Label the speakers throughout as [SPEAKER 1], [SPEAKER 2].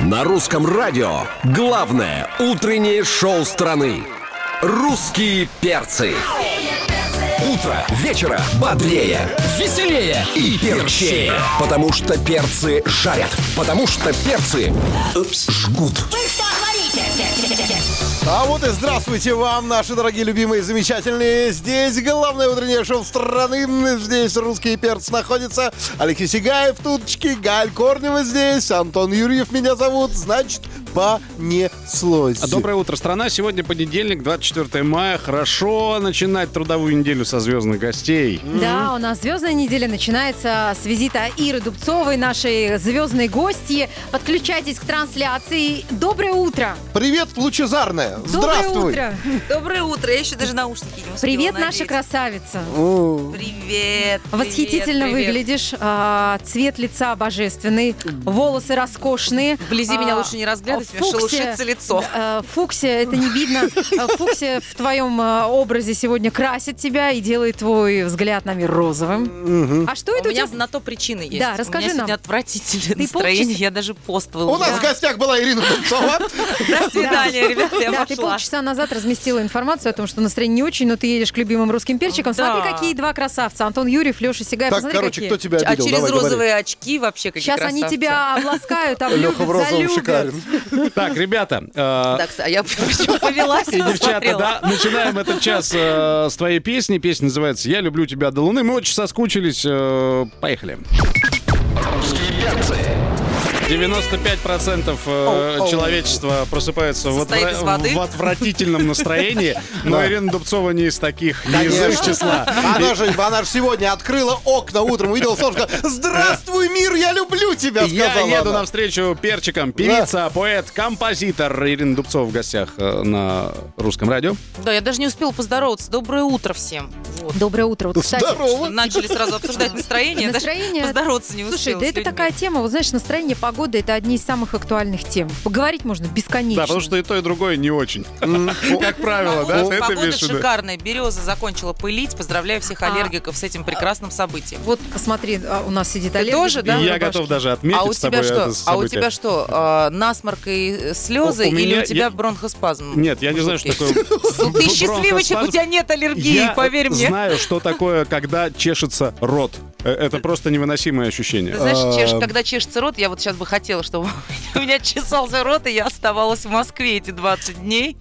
[SPEAKER 1] На русском радио главное утреннее шоу страны. Русские перцы. Утро вечера бодрее, веселее и перчее. Потому что перцы жарят. Потому что перцы упс, жгут.
[SPEAKER 2] А вот и здравствуйте вам, наши дорогие, любимые, замечательные. Здесь главное утреннее шоу страны. Здесь русский перц находится. Алексей Сигаев, Туточки, Галь Корнева здесь. Антон Юрьев меня зовут. Значит, понеслось.
[SPEAKER 3] А Доброе утро, страна. Сегодня понедельник, 24 мая. Хорошо начинать трудовую неделю со звездных гостей.
[SPEAKER 4] Да, у нас звездная неделя начинается с визита Иры Дубцовой, нашей звездной гости. Подключайтесь к трансляции. Доброе утро!
[SPEAKER 2] Привет, лучезарная.
[SPEAKER 4] Доброе
[SPEAKER 2] Здравствуй.
[SPEAKER 4] утро!
[SPEAKER 5] Доброе утро. Я еще даже наушники не успела
[SPEAKER 4] Привет,
[SPEAKER 5] надеть.
[SPEAKER 4] наша красавица!
[SPEAKER 2] О,
[SPEAKER 5] Привет.
[SPEAKER 4] Восхитительно
[SPEAKER 5] привет, привет.
[SPEAKER 4] выглядишь, а, цвет лица божественный, волосы роскошные.
[SPEAKER 5] Вблизи меня
[SPEAKER 4] А,
[SPEAKER 5] лучше не разглядывать, у меня
[SPEAKER 4] фуксия-
[SPEAKER 5] шелушится лицо.
[SPEAKER 4] Э, Фуксия, это не видно. Э, Фуксия в твоем э, образе сегодня красит тебя и делает твой взгляд на мир розовым. А что
[SPEAKER 5] У
[SPEAKER 4] это у
[SPEAKER 5] меня
[SPEAKER 4] тебя?
[SPEAKER 5] на то причины есть.
[SPEAKER 4] Да, расскажи
[SPEAKER 5] У меня
[SPEAKER 4] нам.
[SPEAKER 5] сегодня отвратительное
[SPEAKER 4] Ты
[SPEAKER 5] настроение,
[SPEAKER 4] полчаса-
[SPEAKER 5] я даже пост
[SPEAKER 2] У нас
[SPEAKER 5] выложила.
[SPEAKER 2] в гостях была Ирина Купцова.
[SPEAKER 5] До свидания, ребята, я
[SPEAKER 4] Да, ты
[SPEAKER 5] пошла.
[SPEAKER 4] полчаса назад разместила информацию о том, что настроение не очень, но ты едешь к любимым русским перчикам.
[SPEAKER 5] Да.
[SPEAKER 4] Смотри, какие два красавца. Антон Юрьев, Леша Сигаев.
[SPEAKER 2] Так,
[SPEAKER 4] Посмотри,
[SPEAKER 2] короче,
[SPEAKER 4] какие.
[SPEAKER 2] кто тебя
[SPEAKER 5] А
[SPEAKER 2] обидел?
[SPEAKER 5] через
[SPEAKER 2] Давай, говори.
[SPEAKER 5] розовые очки вообще какие
[SPEAKER 4] Сейчас они
[SPEAKER 5] красавцы.
[SPEAKER 4] тебя обласкают, облюбят,
[SPEAKER 2] Леха в розовом
[SPEAKER 4] залюбят.
[SPEAKER 2] шикарен.
[SPEAKER 3] Так, ребята, э,
[SPEAKER 5] Да, кстати, а я почему повелась,
[SPEAKER 3] и девчата,
[SPEAKER 5] посмотрела.
[SPEAKER 3] да, начинаем этот час э, с твоей песни. Песня называется «Я люблю тебя до луны». Мы очень соскучились. э, Поехали. 95% э, человечества просыпаются в,
[SPEAKER 5] Состоит
[SPEAKER 3] отвра-
[SPEAKER 5] из воды.
[SPEAKER 3] в отвратительном настроении, но Ирина Дубцова не из таких, не из их
[SPEAKER 2] Конечно.
[SPEAKER 3] числа.
[SPEAKER 2] Она же, она же сегодня открыла окна утром, увидела солнышко. Здравствуй, мир, я люблю тебя,
[SPEAKER 3] Я
[SPEAKER 2] сказала
[SPEAKER 3] еду
[SPEAKER 2] она.
[SPEAKER 3] навстречу перчикам. Певица, поэт, композитор Ирина Дубцова в гостях э, на русском радио.
[SPEAKER 5] Да, я даже не успела поздороваться. Доброе утро всем. Вот.
[SPEAKER 4] Доброе утро. Вот, кстати,
[SPEAKER 2] Здорово.
[SPEAKER 5] Начали сразу обсуждать настроение. я даже
[SPEAKER 4] Настроение-
[SPEAKER 5] Поздороваться не успела
[SPEAKER 4] Слушай, да
[SPEAKER 5] с
[SPEAKER 4] это
[SPEAKER 5] людьми.
[SPEAKER 4] такая тема, вот знаешь, настроение, погода – это одни из самых актуальных тем. Поговорить можно
[SPEAKER 3] Да,
[SPEAKER 4] бесконечно.
[SPEAKER 3] потому что и то, и другое не очень. Как правило, да?
[SPEAKER 5] Погода,
[SPEAKER 3] Ты это
[SPEAKER 5] погода
[SPEAKER 3] имеешь в виду?
[SPEAKER 5] шикарная. Береза закончила пылить. Поздравляю всех
[SPEAKER 4] А.
[SPEAKER 5] аллергиков с этим прекрасным событием.
[SPEAKER 4] Вот, посмотри, а, у нас сидит
[SPEAKER 5] Ты
[SPEAKER 4] Олег.
[SPEAKER 5] тоже,
[SPEAKER 4] в
[SPEAKER 5] да,
[SPEAKER 3] И я
[SPEAKER 4] рубашке.
[SPEAKER 3] готов даже отметить
[SPEAKER 5] а у
[SPEAKER 3] с
[SPEAKER 5] тебя
[SPEAKER 3] тобой
[SPEAKER 5] что?
[SPEAKER 3] это
[SPEAKER 5] А у тебя
[SPEAKER 3] событие.
[SPEAKER 5] что? э, насморк и слезы
[SPEAKER 3] У- у
[SPEAKER 5] или
[SPEAKER 3] меня-
[SPEAKER 5] у тебя
[SPEAKER 3] я-
[SPEAKER 5] бронхоспазм?
[SPEAKER 3] Нет, я не знаю, что такое.
[SPEAKER 5] Ну, Ты счастливчик, у тебя нет аллергии,
[SPEAKER 3] Я
[SPEAKER 5] поверь мне.
[SPEAKER 3] знаю, что такое, когда чешется рот. Э, Это просто невыносимое ощущение.
[SPEAKER 5] Ты знаешь, чеш-
[SPEAKER 2] Эм.
[SPEAKER 5] когда чешется рот, я вот сейчас бы хотела, чтобы у меня чесался рот, и я оставалась в Москве эти 20 дней.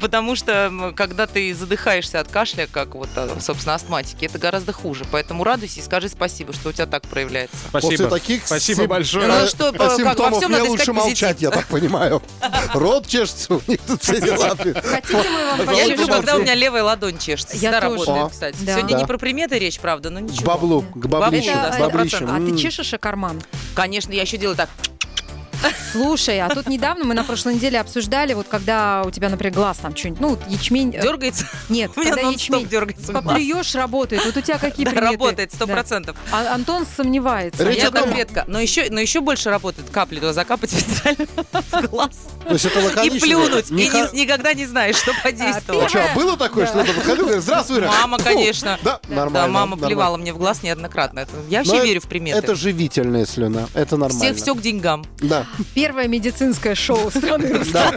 [SPEAKER 5] Потому что, м, когда ты задыхаешься от кашля, как вот, а, собственно, астматики, это гораздо хуже. Поэтому радуйся и скажи спасибо, что у тебя так проявляется.
[SPEAKER 3] Спасибо.
[SPEAKER 2] После таких
[SPEAKER 3] Спасибо
[SPEAKER 2] сим-
[SPEAKER 3] большое.
[SPEAKER 5] Ну что,
[SPEAKER 2] э,
[SPEAKER 5] по- как,
[SPEAKER 2] симптомов
[SPEAKER 5] во всем
[SPEAKER 2] мне
[SPEAKER 5] надо искать
[SPEAKER 2] лучше
[SPEAKER 5] позитив.
[SPEAKER 2] молчать, я так понимаю. Рот чешется, у них тут все дела.
[SPEAKER 4] Хотите, мы
[SPEAKER 2] Я
[SPEAKER 4] вам
[SPEAKER 5] Я
[SPEAKER 2] вот
[SPEAKER 5] люблю,
[SPEAKER 2] думал,
[SPEAKER 4] пошлем?
[SPEAKER 5] когда у
[SPEAKER 2] ты-
[SPEAKER 5] меня левая ладонь чешется.
[SPEAKER 4] Я
[SPEAKER 5] Всегда
[SPEAKER 4] тоже.
[SPEAKER 2] О.
[SPEAKER 5] работает, кстати.
[SPEAKER 4] Да.
[SPEAKER 5] Сегодня
[SPEAKER 2] Да.
[SPEAKER 5] не про приметы речь, правда, но
[SPEAKER 2] К
[SPEAKER 5] ничего.
[SPEAKER 2] баблу, к баблищу,
[SPEAKER 5] Это,
[SPEAKER 2] к
[SPEAKER 5] э,
[SPEAKER 2] баблищу.
[SPEAKER 4] а ты
[SPEAKER 2] М.
[SPEAKER 4] чешешь и карман.
[SPEAKER 5] Конечно, я еще делаю так.
[SPEAKER 4] Слушай, а тут недавно мы на прошлой неделе обсуждали, вот когда у тебя, например, глаз там что-нибудь, ну, вот ячмень... э,
[SPEAKER 5] Дергается.
[SPEAKER 4] Нет,
[SPEAKER 5] У меня
[SPEAKER 4] когда
[SPEAKER 5] нон-стоп
[SPEAKER 4] ячмень...
[SPEAKER 5] дергается. глаз.
[SPEAKER 4] Поплюешь, работает. Вот у тебя какие
[SPEAKER 5] Да,
[SPEAKER 4] приметы?
[SPEAKER 5] работает, сто
[SPEAKER 4] Да.
[SPEAKER 5] процентов.
[SPEAKER 4] А Антон сомневается.
[SPEAKER 2] Речь
[SPEAKER 5] Я
[SPEAKER 2] о том-
[SPEAKER 5] так редко. Но еще, но еще больше работает капли туда закапать специально в глаз.
[SPEAKER 2] То есть это лаконично.
[SPEAKER 5] И плюнуть. И
[SPEAKER 2] Не ха-
[SPEAKER 5] ни- никогда не знаешь, что
[SPEAKER 2] А
[SPEAKER 5] подействовало.
[SPEAKER 2] что, а было такое, что ты выходил и говоришь, здравствуй, Ира».
[SPEAKER 5] Мама,
[SPEAKER 2] Фу.
[SPEAKER 5] конечно.
[SPEAKER 2] Да, нормально.
[SPEAKER 5] Да, мама
[SPEAKER 2] нормально.
[SPEAKER 5] плевала мне в глаз неоднократно. Это- Я
[SPEAKER 2] Но
[SPEAKER 5] вообще
[SPEAKER 2] это-
[SPEAKER 5] верю в приметы.
[SPEAKER 2] Это живительная слюна, это нормально.
[SPEAKER 5] Всех все к деньгам.
[SPEAKER 2] Да,
[SPEAKER 4] Первое медицинское шоу страны.
[SPEAKER 2] да.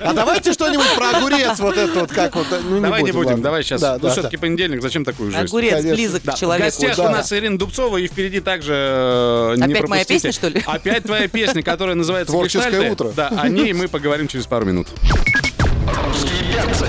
[SPEAKER 2] А давайте что-нибудь про огурец вот это вот как вот. ну,
[SPEAKER 3] Давай не будем,
[SPEAKER 2] ладно.
[SPEAKER 3] давай сейчас.
[SPEAKER 2] Да,
[SPEAKER 3] Ну,
[SPEAKER 2] да,
[SPEAKER 3] все-таки понедельник, зачем такую жесть?
[SPEAKER 5] Огурец
[SPEAKER 2] Конечно.
[SPEAKER 5] близок
[SPEAKER 3] Да,
[SPEAKER 5] к человеку.
[SPEAKER 3] В гостях
[SPEAKER 2] да.
[SPEAKER 3] у нас Ирина Дубцова, и впереди также э, не
[SPEAKER 5] Опять моя
[SPEAKER 3] пропустите.
[SPEAKER 5] песня, что ли?
[SPEAKER 3] Опять твоя песня, которая называется
[SPEAKER 2] Творческое
[SPEAKER 3] «Гештальты».
[SPEAKER 2] утро.
[SPEAKER 3] Да, о ней мы поговорим через пару минут.
[SPEAKER 2] да.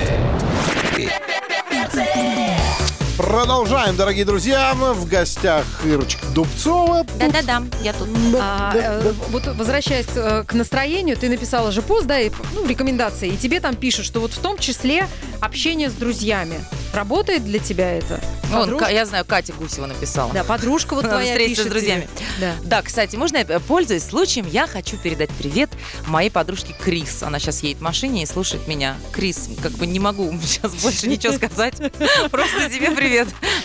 [SPEAKER 2] Продолжаем, дорогие друзья. В гостях Ирочка Дубцова.
[SPEAKER 5] Да-да-да, я тут.
[SPEAKER 4] А, э, Вот возвращаясь э, к настроению, ты написала же пост, да, и ну, рекомендации, и тебе там пишут, что вот в том числе общение с друзьями. Работает для тебя это?
[SPEAKER 5] Вон,
[SPEAKER 4] Подружка-
[SPEAKER 5] Ка- я знаю, Катя Гусева написала.
[SPEAKER 4] Да, подружка вот
[SPEAKER 5] Надо
[SPEAKER 4] твоя
[SPEAKER 5] встретиться с
[SPEAKER 4] пишет
[SPEAKER 5] друзьями.
[SPEAKER 4] тебе. Да.
[SPEAKER 5] Да, кстати, можно я, э, пользуясь случаем, я хочу передать привет моей подружке Крис. Она сейчас едет в машине и слушает меня. Крис, как бы не могу сейчас больше ничего сказать. Просто тебе привет.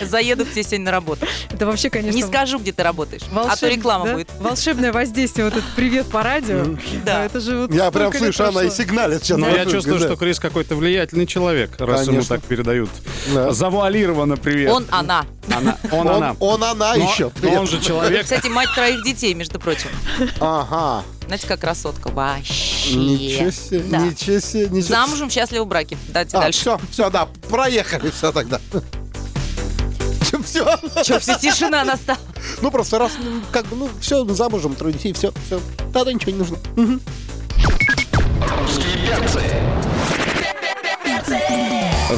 [SPEAKER 5] Заеду к тебе сегодня на работу.
[SPEAKER 4] Это вообще, конечно,
[SPEAKER 5] Не скажу, где ты работаешь, а то
[SPEAKER 4] волшеб-
[SPEAKER 5] реклама
[SPEAKER 4] да?
[SPEAKER 5] будет.
[SPEAKER 4] Волшебное воздействие, вот этот привет по радио.
[SPEAKER 5] Да.
[SPEAKER 4] Это же вот
[SPEAKER 2] Ну, Я прям
[SPEAKER 4] столько лет
[SPEAKER 2] слышу, она и
[SPEAKER 4] прошло.
[SPEAKER 2] сигналит сейчас.
[SPEAKER 3] Но
[SPEAKER 2] Вот
[SPEAKER 3] я
[SPEAKER 2] тут,
[SPEAKER 3] чувствую,
[SPEAKER 2] да.
[SPEAKER 3] что Крис какой-то влиятельный человек, раз ему
[SPEAKER 2] Конечно.
[SPEAKER 3] так передают.
[SPEAKER 2] Да.
[SPEAKER 3] Завуалированно привет.
[SPEAKER 5] Он, она.
[SPEAKER 3] Она, он,
[SPEAKER 2] Он,
[SPEAKER 3] она.
[SPEAKER 2] он, она
[SPEAKER 3] Но-
[SPEAKER 2] еще.
[SPEAKER 3] но он же человек.
[SPEAKER 5] Кстати, мать троих детей, между прочим.
[SPEAKER 2] Ага.
[SPEAKER 5] Знаете, как красотка. Вообще.
[SPEAKER 2] Ничего себе,
[SPEAKER 5] Да.
[SPEAKER 2] ничего себе, ничего
[SPEAKER 5] Замужем, счастливы в браке. Дайте
[SPEAKER 2] А,
[SPEAKER 5] дальше.
[SPEAKER 2] все, все, да, проехали все тогда. Все.
[SPEAKER 5] Че, все тишина настала.
[SPEAKER 2] Ну, просто раз, ну, как бы, ну, все, замужем, трое детей, все, все. Тогда ничего не нужно.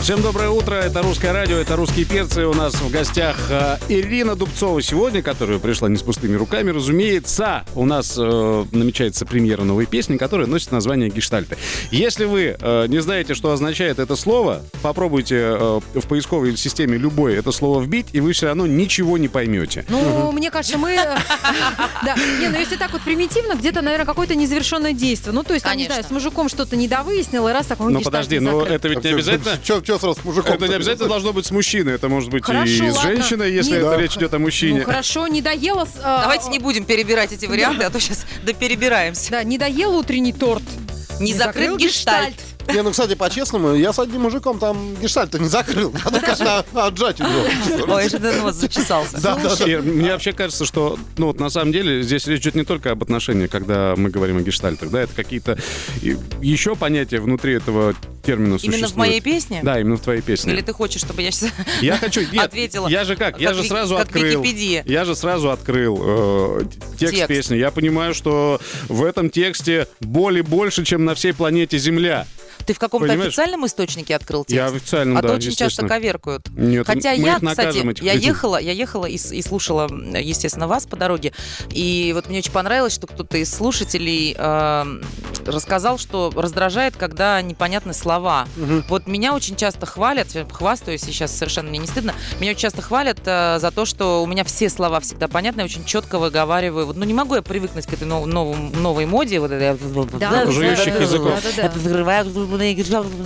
[SPEAKER 3] Всем доброе утро, это «Русское радио», это «Русские перцы». У нас в гостях э, Ирина Дубцова сегодня, которая пришла не с пустыми руками, разумеется. У нас э, намечается премьера новой песни, которая носит название «Гештальты». Если вы э, не знаете, что означает это слово, попробуйте э, в поисковой системе любое это слово вбить, и вы все равно ничего не поймете.
[SPEAKER 4] Ну, мне кажется, мы... Да, не, ну если так вот примитивно, где-то, наверное, какое-то незавершенное действие. Ну, то есть, там, не знаю,
[SPEAKER 5] Конечно.
[SPEAKER 4] с мужиком что-то не довыяснил, и раз так...
[SPEAKER 3] Ну подожди, ну это
[SPEAKER 2] А
[SPEAKER 3] ведь не обязательно...
[SPEAKER 2] Че, сразу с мужиком?
[SPEAKER 3] Это не обязательно должно быть с мужчиной, это может быть
[SPEAKER 4] Хорошо,
[SPEAKER 3] и с
[SPEAKER 4] ладно.
[SPEAKER 3] женщиной, если
[SPEAKER 4] Не-
[SPEAKER 3] это
[SPEAKER 4] Да.
[SPEAKER 3] речь идет о мужчине.
[SPEAKER 4] Ну, хорошо, не доела... с- а,
[SPEAKER 5] Давайте не будем перебирать эти варианты, а то сейчас доперебираемся.
[SPEAKER 4] Да, не доела утренний торт.
[SPEAKER 5] Не закрыл гештальт.
[SPEAKER 2] Не, ну, кстати, по-честному, я с одним мужиком там гештальт-то не закрыл. Надо, конечно, отжать у него.
[SPEAKER 5] Ой, что-то нос зачесался.
[SPEAKER 2] Да, да, да.
[SPEAKER 3] Ир, Мне вообще кажется, что, ну вот на самом деле, здесь речь идет не только об отношениях, когда мы говорим о гештальтах, да, это какие-то и- еще понятия внутри этого термина
[SPEAKER 5] Именно
[SPEAKER 3] существуют.
[SPEAKER 5] в моей песне?
[SPEAKER 3] Да, именно в твоей песне.
[SPEAKER 5] Или ты хочешь, чтобы я сейчас...
[SPEAKER 3] Я хочу, нет,
[SPEAKER 5] Ответила.
[SPEAKER 3] я же как, я
[SPEAKER 5] Как
[SPEAKER 3] же
[SPEAKER 5] ви-
[SPEAKER 3] сразу
[SPEAKER 5] как
[SPEAKER 3] открыл,
[SPEAKER 5] Википедия.
[SPEAKER 3] я же сразу открыл э, т- текст,
[SPEAKER 5] Текст.
[SPEAKER 3] песни. Я понимаю, что в этом тексте боли больше, чем на всей планете Земля.
[SPEAKER 5] Ты в каком-то
[SPEAKER 3] Понимаешь?
[SPEAKER 5] официальном источнике открыл текст?
[SPEAKER 3] Я официальном,
[SPEAKER 5] А
[SPEAKER 3] да,
[SPEAKER 5] то очень часто
[SPEAKER 3] естественно.
[SPEAKER 5] коверкают.
[SPEAKER 3] Нет,
[SPEAKER 5] Хотя
[SPEAKER 3] мы
[SPEAKER 5] я,
[SPEAKER 3] их накажем,
[SPEAKER 5] кстати,
[SPEAKER 3] этих
[SPEAKER 5] я
[SPEAKER 3] людей.
[SPEAKER 5] ехала, я ехала и, с- и слушала, м, естественно, вас по дороге. И вот мне очень понравилось, что кто-то из слушателей эм, рассказал, что раздражает, когда непонятны слова. Вот меня очень часто хвалят, я хвастаюсь, и сейчас совершенно мне не стыдно. Меня очень часто хвалят э, за то, что у меня все слова всегда понятны, я очень четко выговариваю. Вот, ну, не могу я привыкнуть к этой нов- новому- новой моде. Вот этой- э,
[SPEAKER 4] Да,
[SPEAKER 3] Жующих
[SPEAKER 4] да,
[SPEAKER 3] языков. Ну,
[SPEAKER 4] да, да, да.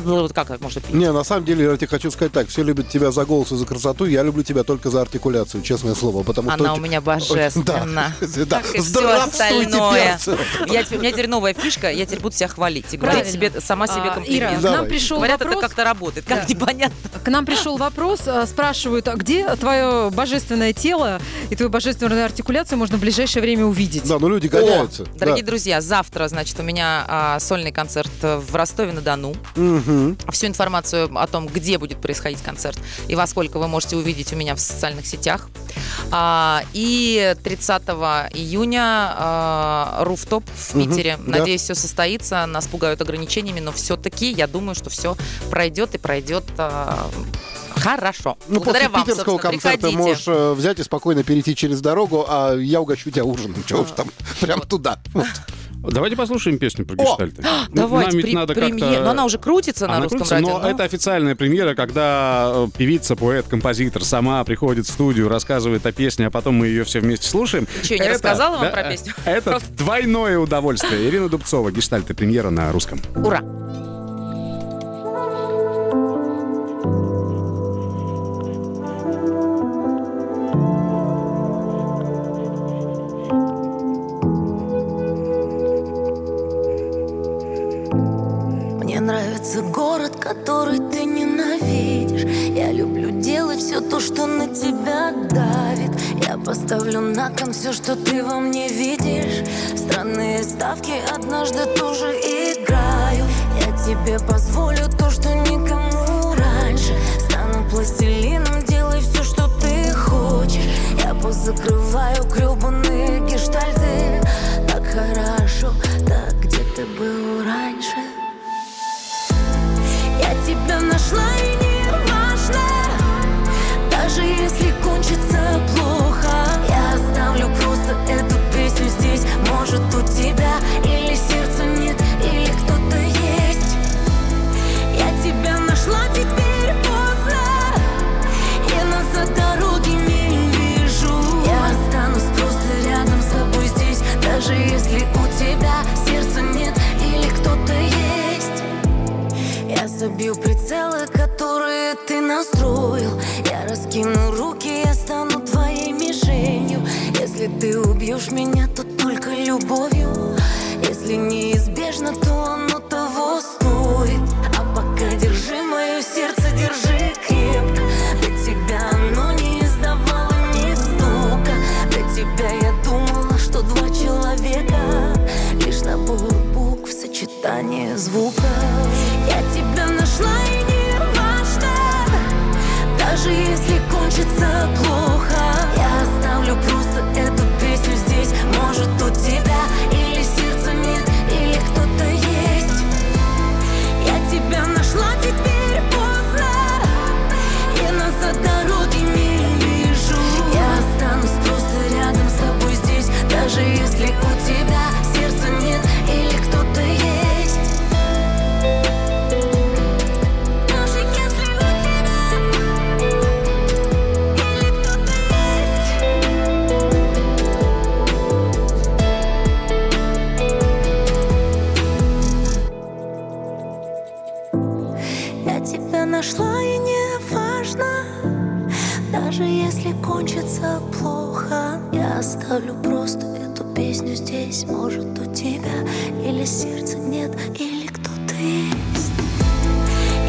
[SPEAKER 5] Вот Как так можно пить?
[SPEAKER 2] Не, на самом деле, я тебе хочу сказать так. Все любят тебя за голос и за красоту. Я люблю тебя только за артикуляцию, честное слово. Потому что...
[SPEAKER 5] Она у меня божественна.
[SPEAKER 2] Да.
[SPEAKER 5] Как и всё
[SPEAKER 2] Здравствуйте,
[SPEAKER 5] остальное.
[SPEAKER 2] перцы.
[SPEAKER 5] Я теперь- у меня теперь новая фишка, я теперь буду себя хвалить и говорить
[SPEAKER 4] Правильно.
[SPEAKER 5] себе, сама себе
[SPEAKER 4] А, Ира,
[SPEAKER 5] комплимент.
[SPEAKER 4] к нам
[SPEAKER 2] Давай.
[SPEAKER 4] пришел
[SPEAKER 5] Говорят, это
[SPEAKER 4] вопрос,
[SPEAKER 5] как-то работает. Как
[SPEAKER 4] Да.
[SPEAKER 5] непонятно.
[SPEAKER 4] к нам пришел вопрос, а, спрашивают, а где твое божественное тело и твою божественную артикуляцию можно в ближайшее время увидеть?
[SPEAKER 2] Да, ну люди гоняются.
[SPEAKER 5] Дорогие друзья, завтра, значит, у меня а, сольный концерт э, в Ростове-на-Дону.
[SPEAKER 2] Мгм.
[SPEAKER 5] Всю информацию о том, где будет происходить концерт и во сколько вы можете увидеть у меня в социальных сетях. А, и 30 июня а, Руфтоп в
[SPEAKER 2] Мгм,
[SPEAKER 5] Питере.
[SPEAKER 2] да.
[SPEAKER 5] Надеюсь, все состоится. Нас пугают ограничениями, но все-таки я думаю, что все пройдет и пройдет а, хорошо.
[SPEAKER 2] Ну, после
[SPEAKER 5] Благодаря вам,
[SPEAKER 2] питерского
[SPEAKER 5] собственно,
[SPEAKER 2] концерта
[SPEAKER 5] приходите.
[SPEAKER 2] можешь э, взять и спокойно перейти через дорогу, а я угощу тебя ужином. Чего уж там, прям туда. Вот.
[SPEAKER 3] Давайте послушаем песню про гештальты. Ну,
[SPEAKER 5] Давайте,
[SPEAKER 3] Нам ведь
[SPEAKER 5] при-
[SPEAKER 3] надо
[SPEAKER 5] премьер-
[SPEAKER 3] как-то...
[SPEAKER 5] Но она уже крутится на
[SPEAKER 3] Она
[SPEAKER 5] русском
[SPEAKER 3] крутится,
[SPEAKER 5] радио. Ну,
[SPEAKER 3] но это официальная премьера, когда э, певица, поэт, композитор сама приходит в студию, рассказывает о песне, а потом мы ее все вместе слушаем.
[SPEAKER 5] Чё, я не
[SPEAKER 3] Это-
[SPEAKER 5] рассказала вам
[SPEAKER 3] да, э,
[SPEAKER 5] про песню?
[SPEAKER 3] Это двойное удовольствие. Ирина Дубцова, гештальты, премьера на русском.
[SPEAKER 5] Ура!
[SPEAKER 6] Мне нравится город, который ты ненавидишь Я люблю делать все то, что на тебя давит Я поставлю на кон все, что ты во мне видишь Странные ставки однажды тоже играю Я тебе позволю то, что никому раньше Стану пластилином, делай все, что ты хочешь Я позакрываю гребаные гештальты Так хорошо, так где ты был раньше я тебя нашла и не важно Даже если кончится плохо Я оставлю просто эту песню здесь Может у тебя или сердца нет Или кто-то есть Я тебя нашла теперь поздно И назад дороги не вижу Я останусь просто рядом с тобой здесь Даже если у тебя сердца нет Или кто-то есть я забью прицелы, которые ты настроил Я раскину руки, я стану твоей мишенью Если ты убьешь меня, то только любовью Если неизбежно, то оно того стоит А пока держи мое сердце, держи крепко Для тебя оно ни звука Я тебя нашла и не важно Даже если кончится плохо Я оставлю просто эту песню здесь Может у тебя или сердца нет Или кто-то есть я тебя нашла теперь поздно И назад дороги не вижу Я останусь просто рядом с тобой здесь Даже если у тебя сердца нет Или кто-то есть Даже если у тебя Или кто-то есть Я тебя нашла и не важно Даже если кончится плохо Я оставлю просто эту песню здесь Может у тебя или сердца нет Или кто-то есть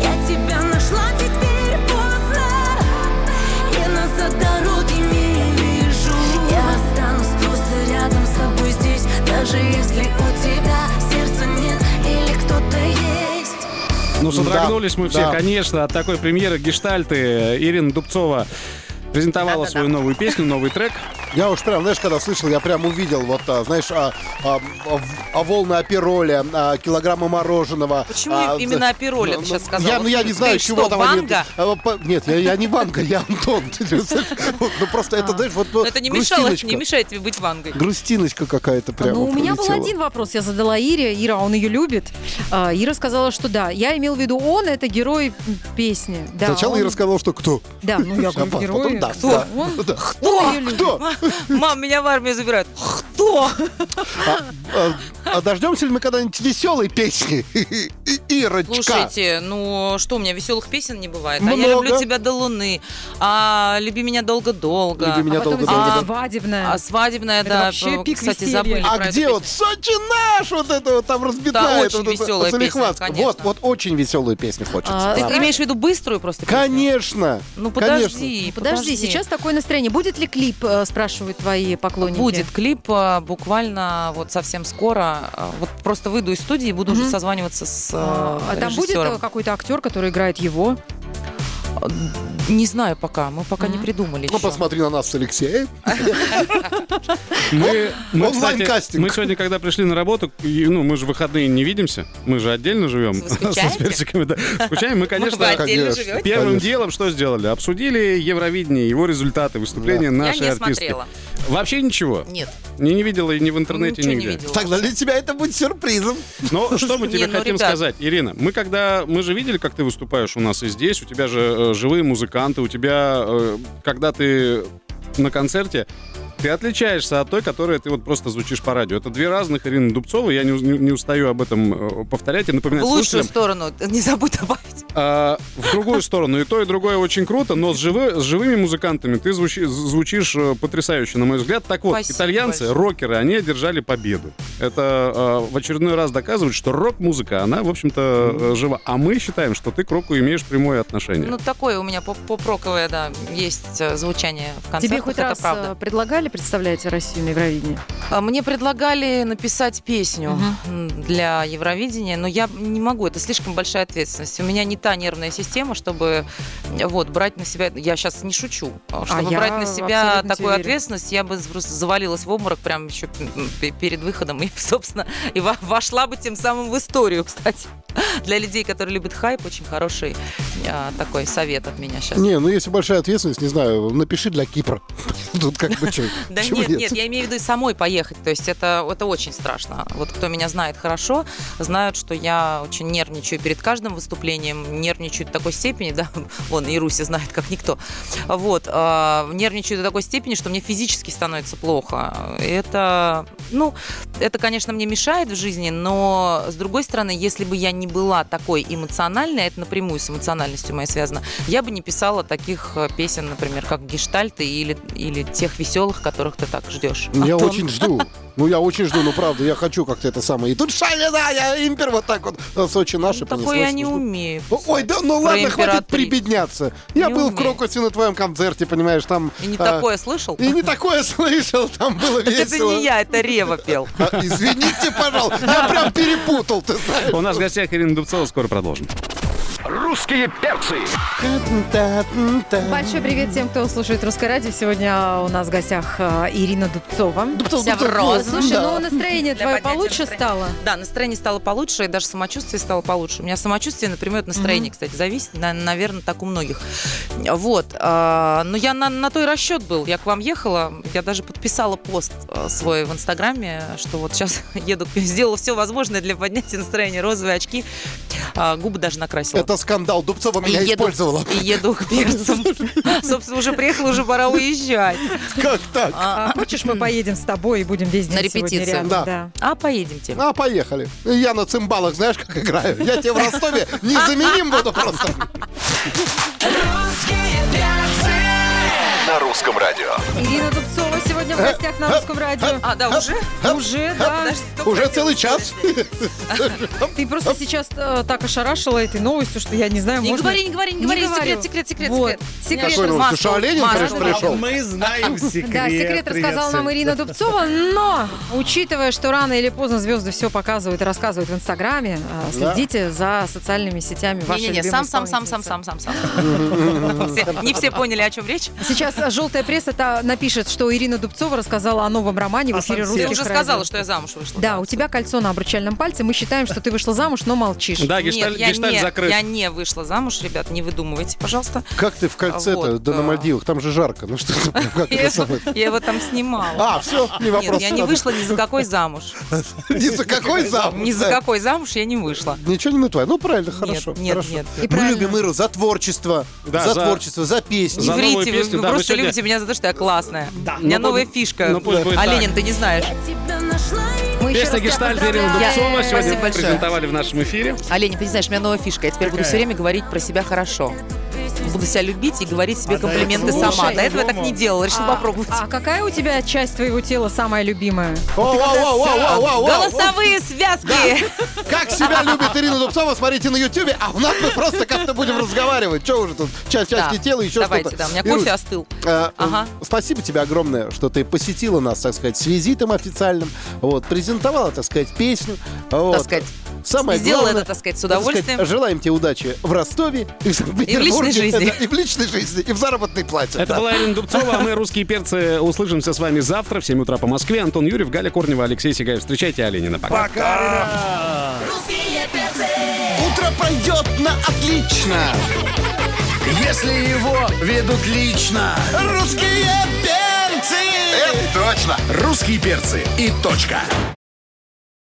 [SPEAKER 6] Я тебя нашла теперь поздно я назад дороги не вижу Я останусь просто рядом с тобой здесь Даже если у тебя сердца нет Или кто-то есть
[SPEAKER 3] Ну, содрогнулись
[SPEAKER 2] Да,
[SPEAKER 3] мы все,
[SPEAKER 2] да.
[SPEAKER 3] конечно, от такой премьеры «Гештальты». Ирина Дубцова презентовала свою новую песню, новый трек.
[SPEAKER 2] Я уж прям, знаешь, когда слышал, я прям увидел, вот, а, знаешь, а, а, а в- а волны апероля, а, килограммы мороженого.
[SPEAKER 5] Почему
[SPEAKER 2] а,
[SPEAKER 5] именно
[SPEAKER 2] за-
[SPEAKER 5] Апероля ты сейчас сказала?
[SPEAKER 2] Я, ну, я не
[SPEAKER 5] Ты
[SPEAKER 2] знаю,
[SPEAKER 5] что,
[SPEAKER 2] чего там они-
[SPEAKER 5] Ванга?
[SPEAKER 2] А, по- Нет, я, я не Ванга, я Антон. Ты же знаешь, вот, Ну, просто это, знаешь, вот
[SPEAKER 5] Но А, это не мешало, не
[SPEAKER 2] грустиночка.
[SPEAKER 5] мешает тебе быть вангой.
[SPEAKER 2] Грустиночка какая-то прям.
[SPEAKER 4] Ну, у меня был
[SPEAKER 2] прилетела.
[SPEAKER 4] один вопрос. Я задала Ире. Ира, он ее любит. А, Ира сказала, что да. Я имел в виду, он это герой м, песни. Да,
[SPEAKER 2] Сначала
[SPEAKER 4] он-
[SPEAKER 2] я рассказал, что кто?
[SPEAKER 4] Да, ну я
[SPEAKER 2] А
[SPEAKER 4] говорю,
[SPEAKER 2] потом
[SPEAKER 4] герой.
[SPEAKER 2] да,
[SPEAKER 4] Кто?
[SPEAKER 2] да.
[SPEAKER 4] Он,
[SPEAKER 2] Да.
[SPEAKER 4] кто её любит?
[SPEAKER 2] Кто?
[SPEAKER 5] Мам, меня в армию забирают. Кто?
[SPEAKER 2] А, а- а дождемся ли мы когда-нибудь веселой песни? И- Ирочка.
[SPEAKER 5] Слушайте, ну что, у меня веселых песен не бывает. А я
[SPEAKER 2] Много.
[SPEAKER 5] люблю тебя до луны. А люби меня долго-долго.
[SPEAKER 2] Люби меня
[SPEAKER 4] А потом
[SPEAKER 2] долго-долго.
[SPEAKER 4] сделать
[SPEAKER 5] А,
[SPEAKER 4] свадебное.
[SPEAKER 5] А свадебная,
[SPEAKER 4] Это
[SPEAKER 5] да,
[SPEAKER 4] вообще
[SPEAKER 5] п-
[SPEAKER 4] пик
[SPEAKER 5] кстати,
[SPEAKER 4] веселья.
[SPEAKER 5] забыли
[SPEAKER 2] А
[SPEAKER 5] про эту
[SPEAKER 2] где
[SPEAKER 5] песню.
[SPEAKER 2] вот Сочи наш, вот это вот там разбитает.
[SPEAKER 5] очень
[SPEAKER 2] вот это,
[SPEAKER 5] веселая песня,
[SPEAKER 2] Салихватска.
[SPEAKER 5] конечно.
[SPEAKER 2] Вот, вот очень веселую песню хочется.
[SPEAKER 4] А,
[SPEAKER 5] Ты
[SPEAKER 2] Да.
[SPEAKER 5] имеешь в виду быструю просто? песню?
[SPEAKER 2] Конечно.
[SPEAKER 5] Ну
[SPEAKER 2] Конечно.
[SPEAKER 5] подожди,
[SPEAKER 4] Подожди, сейчас такое настроение. Будет ли клип, э, спрашивают твои поклонники?
[SPEAKER 5] Будет клип а, буквально вот совсем скоро. А, Вот просто выйду из студии и буду уже
[SPEAKER 4] Мгм.
[SPEAKER 5] созваниваться с э,
[SPEAKER 4] А а там будет э,
[SPEAKER 5] режиссером.
[SPEAKER 4] какой-то актер, который играет его?
[SPEAKER 5] Не знаю пока, мы пока не
[SPEAKER 4] Мгм.
[SPEAKER 5] придумали
[SPEAKER 2] Ну,
[SPEAKER 5] еще.
[SPEAKER 2] посмотри на нас с Алексеем.
[SPEAKER 3] Мы, мы, кстати,
[SPEAKER 2] онлайн-кастинг.
[SPEAKER 3] мы сегодня, когда пришли на работу, и, ну, мы же в выходные не видимся, мы же отдельно живем.
[SPEAKER 5] Вы скучаете?
[SPEAKER 3] Со сверстниками, да. Скучаем, мы, конечно,
[SPEAKER 5] Вы отдельно
[SPEAKER 2] конечно.
[SPEAKER 5] живете?
[SPEAKER 3] первым
[SPEAKER 2] Конечно.
[SPEAKER 3] делом что сделали? Обсудили Евровидение, его результаты, выступления
[SPEAKER 5] Я
[SPEAKER 3] нашей
[SPEAKER 5] не
[SPEAKER 3] артистки.
[SPEAKER 5] смотрела.
[SPEAKER 3] Вообще ничего?
[SPEAKER 5] Нет,
[SPEAKER 3] Не, не видела и ни в интернете,
[SPEAKER 5] ничего не
[SPEAKER 3] нигде.
[SPEAKER 5] видела.
[SPEAKER 2] Тогда для тебя это будет сюрпризом.
[SPEAKER 3] Но что мы
[SPEAKER 5] Не,
[SPEAKER 3] тебе
[SPEAKER 5] ну,
[SPEAKER 3] хотим
[SPEAKER 5] ребят.
[SPEAKER 3] сказать, Ирина? Мы когда мы же видели, как ты выступаешь у нас и здесь, у тебя же э, живые музыканты, у тебя, э, когда ты на концерте, ты отличаешься от той, которая ты вот просто звучишь по радио. Это две разных Ирины Дубцова. Я не, уз- не устаю об этом э, повторять и
[SPEAKER 5] В
[SPEAKER 3] напоминать
[SPEAKER 5] лучшую
[SPEAKER 3] слушателям.
[SPEAKER 5] сторону, не забудь добавить.
[SPEAKER 3] А, в другую сторону. И то, и другое очень круто, но с, живы- с живыми музыкантами ты звучи- звучишь э, потрясающе, на мой взгляд. Так вот,
[SPEAKER 5] Спасибо
[SPEAKER 3] итальянцы,
[SPEAKER 5] большое.
[SPEAKER 3] рокеры, они одержали победу. Это э, в очередной раз доказывает, что рок-музыка, она, в общем-то, э, жива. А мы считаем, что ты к року имеешь прямое отношение.
[SPEAKER 5] Ну, такое у меня поп- поп-роковое, да, есть э, звучание в концертах,
[SPEAKER 4] Тебе хоть
[SPEAKER 5] это
[SPEAKER 4] раз
[SPEAKER 5] правда.
[SPEAKER 4] э, предлагали представлять Россию на Евровидении?
[SPEAKER 5] А, Мне предлагали написать песню м, для Евровидения, но я не могу, это слишком большая ответственность. У меня не та нервная система, чтобы э, вот брать на себя, я сейчас не шучу, а, чтобы
[SPEAKER 4] я
[SPEAKER 5] брать на себя
[SPEAKER 4] абсолютно тебе
[SPEAKER 5] такую
[SPEAKER 4] верю.
[SPEAKER 5] ответственность, я бы просто завалилась в обморок прямо еще м, п- перед выходом и, собственно, и во- вошла бы тем самым в историю, кстати. Для людей, которые любят хайп, очень хороший а, такой совет от меня сейчас.
[SPEAKER 2] Не, ну если большая ответственность, не знаю, напиши для Кипра. Тут как бы чё,
[SPEAKER 5] Да
[SPEAKER 2] почему
[SPEAKER 5] нет, нет, я имею в виду и самой поехать. То есть это, это очень страшно. Вот кто меня знает хорошо, знают, что я очень нервничаю перед каждым выступлением, нервничаю до такой степени, да, вон и Руся знает, как никто. Вот, а, нервничаю до такой степени, что мне физически становится плохо. Это, ну, это, конечно, мне мешает в жизни, но, с другой стороны, если бы я не была была такой эмоциональной, а это напрямую с эмоциональностью моей связано, я бы не писала таких э, песен, например, как «Гештальты» или, или тех веселых, которых ты так ждешь.
[SPEAKER 2] Я
[SPEAKER 5] Антон.
[SPEAKER 2] очень жду. Ну, я очень жду, ну, правда, я хочу как-то это самое. И тут шалина, я импер вот так вот. На Сочи наши
[SPEAKER 5] Ну, Такое
[SPEAKER 2] понеслось.
[SPEAKER 5] я не умею.
[SPEAKER 2] Ой, да ну ладно, хватит
[SPEAKER 5] императриц.
[SPEAKER 2] прибедняться. Я
[SPEAKER 5] Не
[SPEAKER 2] был в
[SPEAKER 5] умею.
[SPEAKER 2] Крокусе на твоем концерте, понимаешь, там...
[SPEAKER 5] И не
[SPEAKER 2] а,
[SPEAKER 5] такое слышал?
[SPEAKER 2] И не такое слышал, там было
[SPEAKER 5] Так это
[SPEAKER 2] весело.
[SPEAKER 5] не я, это Рева пел.
[SPEAKER 2] А, Извините, пожалуйста, я прям перепутал, ты знаешь.
[SPEAKER 3] У нас в гостях Ирина Дубцова, скоро продолжим.
[SPEAKER 1] Русские перцы.
[SPEAKER 4] Большой привет тем, кто слушает Русское радио. Сегодня у нас в гостях э, Ирина Дубцова.
[SPEAKER 5] Вся в роз.
[SPEAKER 4] Слушай,
[SPEAKER 2] Да.
[SPEAKER 4] ну настроение
[SPEAKER 5] Для
[SPEAKER 4] твое
[SPEAKER 5] поднятия
[SPEAKER 4] получше
[SPEAKER 5] настроения.
[SPEAKER 4] стало?
[SPEAKER 5] Да, например, настроение стало получше, и даже самочувствие стало получше. У меня самочувствие напрямую от настроения, кстати, зависит, на- наверное, так у многих. Вот. а, Но я на, на то и расчет был. Я к вам ехала, я даже подписала пост а, свой в Инстаграме, что вот сейчас еду, к- сделала все возможное для поднятия настроения, розовые очки, а, губы даже накрасила.
[SPEAKER 2] Это скандал, Дубцова
[SPEAKER 5] И
[SPEAKER 2] меня использовала.
[SPEAKER 5] и еду к перцам. Собственно, уже приехала, уже пора уезжать.
[SPEAKER 2] Как так?
[SPEAKER 5] А,
[SPEAKER 4] А хочешь, мы поедем с тобой и будем весь день
[SPEAKER 5] На
[SPEAKER 4] сегодня
[SPEAKER 5] репетицию.
[SPEAKER 4] рядом?
[SPEAKER 2] Да.
[SPEAKER 5] а поедемте.
[SPEAKER 2] А, поехали. Я на цимбалах, знаешь, как играю? Я тебе в Ростове незаменим буду просто.
[SPEAKER 1] На русском радио.
[SPEAKER 4] Ирина Дубцова сегодня в гостях на Русском радио.
[SPEAKER 5] А, да, уже?
[SPEAKER 4] Уже, да.
[SPEAKER 5] Подожди, только
[SPEAKER 2] Уже
[SPEAKER 5] хотела
[SPEAKER 2] целый час.
[SPEAKER 5] сказать.
[SPEAKER 4] Ты просто сейчас э, так ошарашила этой новостью, что я не знаю,
[SPEAKER 5] Не
[SPEAKER 4] можно...
[SPEAKER 5] говори, не говори, не
[SPEAKER 4] Не
[SPEAKER 5] говори.
[SPEAKER 4] говорю.
[SPEAKER 5] Секрет, секрет, секрет,
[SPEAKER 4] Вот.
[SPEAKER 5] секрет.
[SPEAKER 4] Секрет.
[SPEAKER 2] Какой новости? Что, Оленин, конечно,
[SPEAKER 5] да.
[SPEAKER 2] пришел?
[SPEAKER 7] Мы знаем секрет.
[SPEAKER 4] Да, секрет рассказала нам
[SPEAKER 7] Привет,
[SPEAKER 4] Ирина Дубцова, но, учитывая, что рано или поздно звезды все показывают и рассказывают в Инстаграме, э, следите за социальными сетями вашей
[SPEAKER 5] Не-не-не,
[SPEAKER 4] любимой
[SPEAKER 5] сам, сам, сам, сам,
[SPEAKER 4] исполнительницы.
[SPEAKER 5] сам, сам, сам. Все- Не все поняли, о чем речь.
[SPEAKER 4] Сейчас э, желтая пресса та- напишет, что Ирина Дубцова рассказала о новом романе в
[SPEAKER 7] А
[SPEAKER 4] эфире
[SPEAKER 7] сам
[SPEAKER 5] Ты
[SPEAKER 7] Всех
[SPEAKER 4] русских
[SPEAKER 5] уже
[SPEAKER 4] радио».
[SPEAKER 5] сказала, что Ну, я замуж вышла.
[SPEAKER 4] Да, у тебя кольцо на обручальном пальце. Мы считаем, что ты вышла замуж, но молчишь.
[SPEAKER 3] Да,
[SPEAKER 5] Нет,
[SPEAKER 3] гештальт,
[SPEAKER 5] я
[SPEAKER 3] гештальт
[SPEAKER 5] не-
[SPEAKER 3] закрыт.
[SPEAKER 5] Я не вышла замуж, ребят, не выдумывайте, пожалуйста.
[SPEAKER 2] Как ты в кольце-то,
[SPEAKER 5] Вот,
[SPEAKER 2] да на
[SPEAKER 5] а.
[SPEAKER 2] Мальдивах? Там же жарко. Ну что ты, прям как
[SPEAKER 5] Я
[SPEAKER 2] это самое?
[SPEAKER 5] я его там снимала.
[SPEAKER 2] А, все, не вопрос.
[SPEAKER 5] Нет, я не вышла ни за какой замуж.
[SPEAKER 2] Ни за какой замуж.
[SPEAKER 3] Ну,
[SPEAKER 5] Ни за
[SPEAKER 2] да.
[SPEAKER 5] какой замуж я не вышла.
[SPEAKER 2] Ничего не натворил. Ну, правильно,
[SPEAKER 5] Нет,
[SPEAKER 2] хорошо.
[SPEAKER 5] нет,
[SPEAKER 2] хорошо.
[SPEAKER 5] нет.
[SPEAKER 4] И
[SPEAKER 2] Мы
[SPEAKER 4] правильно.
[SPEAKER 2] любим Иру за творчество,
[SPEAKER 3] Да,
[SPEAKER 2] за
[SPEAKER 3] за-
[SPEAKER 2] творчество, за
[SPEAKER 5] Не
[SPEAKER 2] песни.
[SPEAKER 3] За- новую
[SPEAKER 5] врите, вы-
[SPEAKER 3] песню,
[SPEAKER 5] вы
[SPEAKER 3] да, мы
[SPEAKER 5] просто
[SPEAKER 3] сегодня-
[SPEAKER 5] любите меня за то, что я классная. У меня
[SPEAKER 3] Но
[SPEAKER 5] новая
[SPEAKER 3] пусть-
[SPEAKER 5] фишка.
[SPEAKER 3] но ну, пусть будет
[SPEAKER 5] А
[SPEAKER 3] так.
[SPEAKER 5] Ленин, ты не знаешь.
[SPEAKER 6] тебя нашла и
[SPEAKER 4] Мы еще
[SPEAKER 3] Песня
[SPEAKER 4] раз тебя
[SPEAKER 3] гештальт Ирина
[SPEAKER 4] поздравляем.
[SPEAKER 3] Дубцова сегодня
[SPEAKER 5] Спасибо большое.
[SPEAKER 3] презентовали в нашем эфире.
[SPEAKER 5] А, Леня, ты не знаешь, у меня новая фишка. Я теперь буду все время говорить про себя хорошо. Буду себя любить и говорить себе
[SPEAKER 7] А до
[SPEAKER 5] комплименты
[SPEAKER 7] этого-
[SPEAKER 5] сама. До этого я так
[SPEAKER 7] Слушай,
[SPEAKER 5] не делала. Решила
[SPEAKER 4] А-
[SPEAKER 5] попробовать.
[SPEAKER 4] А какая у тебя часть твоего тела самая любимая?
[SPEAKER 2] О, вау, вау, вау, вау, вау, вау.
[SPEAKER 5] Голосовые связки!
[SPEAKER 2] Как себя любит Ирина Дубцова, смотрите на Ютубе, а у нас мы просто как-то будем разговаривать. Че уже тут? Часть части
[SPEAKER 5] Да.
[SPEAKER 2] тела, еще что-то.
[SPEAKER 5] Давайте, да, у меня кофе
[SPEAKER 2] Ирусь,
[SPEAKER 5] остыл.
[SPEAKER 2] э,
[SPEAKER 5] Ага.
[SPEAKER 2] э, Спасибо тебе огромное, что ты посетила нас, так сказать, с визитом официальным. Вот, презентовала, так сказать, песню. Вот.
[SPEAKER 5] сказать,
[SPEAKER 2] Самое
[SPEAKER 5] сделала
[SPEAKER 2] главное,
[SPEAKER 5] это, так сказать, с
[SPEAKER 2] так сказать,
[SPEAKER 5] удовольствием.
[SPEAKER 2] желаем тебе удачи в Ростове и в Санкт-Петербурге.
[SPEAKER 5] жизни.
[SPEAKER 2] Да, И в личной жизни, и в заработной плате.
[SPEAKER 3] Это
[SPEAKER 2] Да.
[SPEAKER 3] была Ирина Дубцова, а мы, русские перцы, услышимся с вами завтра в 7 утра по Москве. Антон Юрьев, Галя Корнева, Алексей Сигаев. Встречайте Оленина. Пока.
[SPEAKER 6] русские перцы.
[SPEAKER 2] Утро пройдет на отлично.
[SPEAKER 1] Если его ведут лично.
[SPEAKER 2] Русские перцы.
[SPEAKER 1] Это точно. Русские перцы и точка.